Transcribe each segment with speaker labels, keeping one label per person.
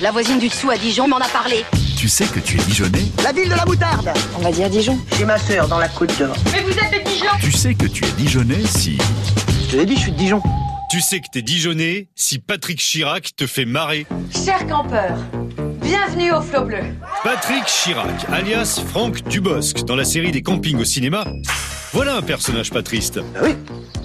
Speaker 1: La voisine du dessous à Dijon m'en a parlé.
Speaker 2: Tu sais que tu es Dijonais
Speaker 3: La ville de la moutarde
Speaker 4: On va dire Dijon.
Speaker 3: Chez ma sœur, dans la Côte d'Or.
Speaker 5: Mais vous êtes de Dijon
Speaker 2: Tu sais que tu es Dijonais si...
Speaker 3: Je te l'ai dit, je suis de Dijon.
Speaker 6: Tu sais que t'es Dijonais si Patrick Chirac te fait marrer.
Speaker 5: Cher campeur, bienvenue au flot bleu.
Speaker 6: Patrick Chirac, alias Franck Dubosc, dans la série des campings au cinéma. Voilà un personnage pas triste.
Speaker 3: Bah oui,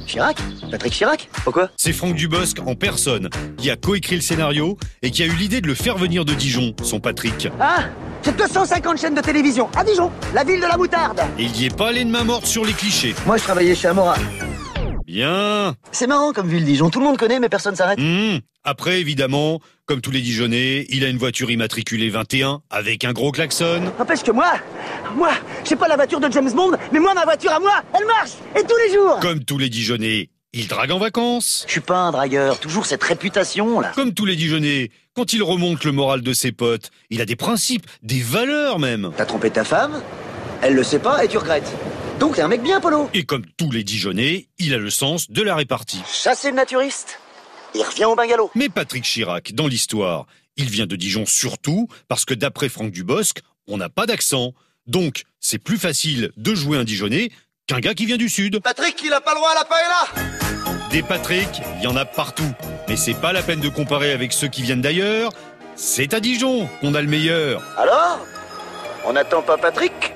Speaker 3: Chirac, Patrick Chirac. Pourquoi
Speaker 6: C'est Franck Dubosc en personne qui a coécrit le scénario et qui a eu l'idée de le faire venir de Dijon, son Patrick.
Speaker 3: Ah J'ai 250 chaînes de télévision à Dijon, la ville de la moutarde.
Speaker 6: Et il y est pas allé de main morte sur les clichés.
Speaker 3: Moi, je travaillais chez Amora.
Speaker 6: Bien.
Speaker 3: C'est marrant comme ville Dijon, tout le monde connaît mais personne s'arrête.
Speaker 6: Mmh. Après, évidemment, comme tous les Dijonnais, il a une voiture immatriculée 21 avec un gros klaxon.
Speaker 3: N'empêche que moi, moi, j'ai pas la voiture de James Bond, mais moi, ma voiture à moi, elle marche Et tous les jours
Speaker 6: Comme tous les Dijonnais, il drague en vacances.
Speaker 3: Je suis pas un dragueur, toujours cette réputation là.
Speaker 6: Comme tous les Dijonnais, quand il remonte le moral de ses potes, il a des principes, des valeurs même.
Speaker 3: T'as trompé ta femme, elle le sait pas et tu regrettes. Donc t'es un mec bien, Polo
Speaker 6: Et comme tous les Dijonnais, il a le sens de la répartie.
Speaker 3: Chasser le naturiste, il revient au bungalow.
Speaker 6: Mais Patrick Chirac, dans l'histoire, il vient de Dijon surtout parce que d'après Franck Dubosc, on n'a pas d'accent. Donc, c'est plus facile de jouer un Dijonnais qu'un gars qui vient du Sud.
Speaker 7: Patrick, il a pas le droit à la paella
Speaker 6: Des Patrick, il y en a partout. Mais c'est pas la peine de comparer avec ceux qui viennent d'ailleurs. C'est à Dijon qu'on a le meilleur.
Speaker 3: Alors On n'attend pas Patrick